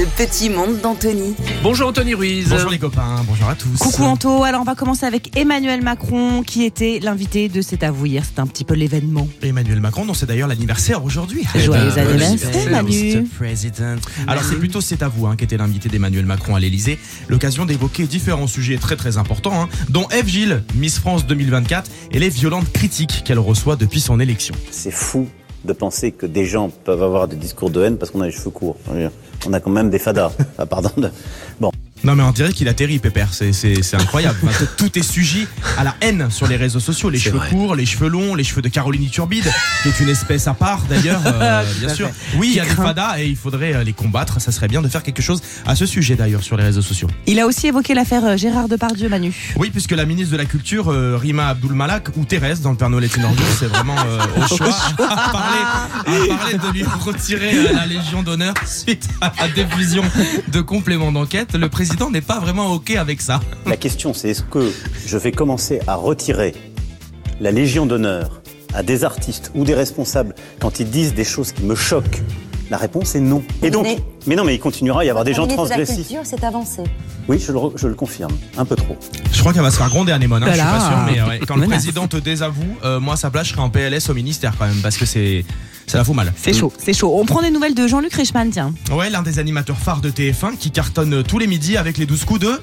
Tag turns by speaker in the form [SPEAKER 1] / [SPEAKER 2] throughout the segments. [SPEAKER 1] Le petit monde d'Anthony.
[SPEAKER 2] Bonjour Anthony Ruiz.
[SPEAKER 3] Bonjour les copains, bonjour à tous.
[SPEAKER 4] Coucou Anto, alors on va commencer avec Emmanuel Macron qui était l'invité de cet avou hier, c'était un petit peu l'événement.
[SPEAKER 3] Emmanuel Macron, dont c'est d'ailleurs l'anniversaire aujourd'hui.
[SPEAKER 4] Joyeux
[SPEAKER 3] Eh ben,
[SPEAKER 4] anniversaire,
[SPEAKER 3] Mr.
[SPEAKER 4] Manu.
[SPEAKER 3] President. Alors c'est plutôt c'est à vous hein, qui était l'invité d'Emmanuel Macron à l'Elysée. L'occasion d'évoquer différents sujets très très importants, hein, dont Eve Gilles, Miss France 2024, et les violentes critiques qu'elle reçoit depuis son élection.
[SPEAKER 5] C'est fou de penser que des gens peuvent avoir des discours de haine parce qu'on a les cheveux courts. Je veux dire, On a quand même des fadas. Ah, pardon. de- Bon.
[SPEAKER 3] Non mais on dirait qu'il atterrit Pépère, c'est, c'est, c'est incroyable. Enfin, tout est sujet à la haine sur les réseaux sociaux, les cheveux courts, les cheveux longs, les cheveux de Caroline Turbide, qui est une espèce à part d'ailleurs, euh, bien sûr. Oui, il y a des fadas et il faudrait euh, les combattre, ça serait bien de faire quelque chose à ce sujet d'ailleurs sur les réseaux sociaux.
[SPEAKER 4] Il a aussi évoqué l'affaire euh, Gérard Depardieu, Manu.
[SPEAKER 3] Oui, puisque la ministre de la Culture, euh, Rima Abdul-Malak, ou Thérèse dans le Père Noël est une ordure, c'est vraiment euh, au choix, à, parler, à parler de lui retirer euh, la Légion d'honneur suite à la diffusion de compléments d'enquête. Le président n'est pas vraiment OK avec ça.
[SPEAKER 5] La question, c'est est-ce que je vais commencer à retirer la Légion d'honneur à des artistes ou des responsables quand ils disent des choses qui me choquent La réponse est non. Et donc,
[SPEAKER 6] Mais-
[SPEAKER 5] mais non, mais il continuera à y avoir des gens
[SPEAKER 6] ministre de la
[SPEAKER 5] transgressifs.
[SPEAKER 6] culture, c'est avancé.
[SPEAKER 5] Oui, je le, re- je le confirme. Un peu trop.
[SPEAKER 3] Je crois qu'elle va se faire gronder Anémone, hein, je suis
[SPEAKER 4] Voilà.
[SPEAKER 3] pas sûr, mais euh, ouais, quand le
[SPEAKER 4] Menace.
[SPEAKER 3] président te désavoue, euh, moi à sa place je serai en PLS au ministère quand même, parce que c'est... Ça la fout mal.
[SPEAKER 4] C'est chaud, c'est chaud. On prend des nouvelles de Jean-Luc Reichmann, tiens.
[SPEAKER 3] Ouais, l'un des animateurs phares de TF1 qui cartonne tous les midis avec les 12 coups de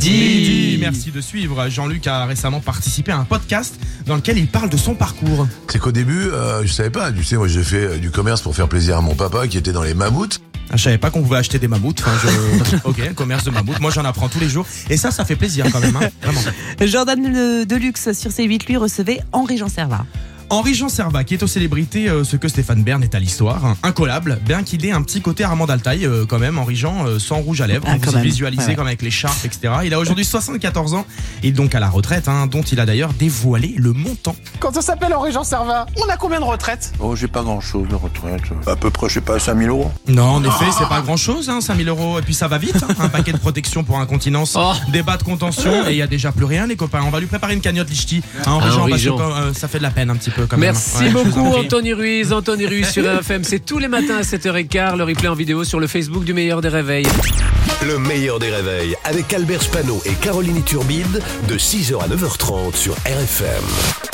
[SPEAKER 3] Midi. Merci de suivre. Jean-Luc a récemment participé à un podcast dans lequel il parle de son parcours.
[SPEAKER 7] C'est qu'au début, euh, je savais pas. Tu sais, moi, j'ai fait euh, du commerce pour faire plaisir à mon papa qui était dans les mammouths.
[SPEAKER 3] Ah, Je savais pas qu'on pouvait acheter des mammouths. Enfin, je... ok, commerce de mammouths. Moi, j'en apprends tous les jours. Et ça, ça fait plaisir quand même. hein. Vraiment.
[SPEAKER 4] Jordan euh, Deluxe sur C8, lui, recevait Henri-Jean Servat.
[SPEAKER 3] Henri Jean Servat, qui est aux célébrités euh, ce que Stéphane Bern est à l'histoire, hein, incollable, bien qu'il ait un petit côté Armand Altaï euh, quand même, Henri Jean, euh, sans rouge à lèvres,
[SPEAKER 4] Ah,
[SPEAKER 3] vous
[SPEAKER 4] quand
[SPEAKER 3] y
[SPEAKER 4] même.
[SPEAKER 3] visualisez
[SPEAKER 4] Ouais, ouais.
[SPEAKER 3] comme avec l'écharpe, etc. Il a aujourd'hui 74 ans, il est donc à la retraite, hein, dont il a d'ailleurs dévoilé le montant.
[SPEAKER 8] Quand on s'appelle Henri-Jean Servat, on a combien de retraites
[SPEAKER 9] Oh, j'ai pas grand chose de retraite. À peu près, je sais pas, 5000 euros.
[SPEAKER 3] Non, en effet, c'est pas grand chose, hein, 5000 euros, et puis ça va vite, hein, un paquet de protection pour incontinence,
[SPEAKER 2] Oh.
[SPEAKER 3] des bas de contention, et il y a déjà plus rien, les copains. On va lui préparer une cagnotte lichti, hein, Henri
[SPEAKER 2] Ah,
[SPEAKER 3] Jean,
[SPEAKER 2] Henri
[SPEAKER 3] parce que
[SPEAKER 2] Jean.
[SPEAKER 3] quand, euh, ça fait de la peine un petit peu quand même.
[SPEAKER 2] Merci
[SPEAKER 3] Ouais, je vous en
[SPEAKER 2] beaucoup
[SPEAKER 3] prie.
[SPEAKER 2] Anthony Ruiz. Anthony Ruiz sur RFM, c'est tous les matins à 7h15. Le replay en vidéo sur le Facebook du meilleur des réveils.
[SPEAKER 10] Le meilleur des réveils avec Albert Spano et Caroline Turbide de 6h à 9h30 sur RFM.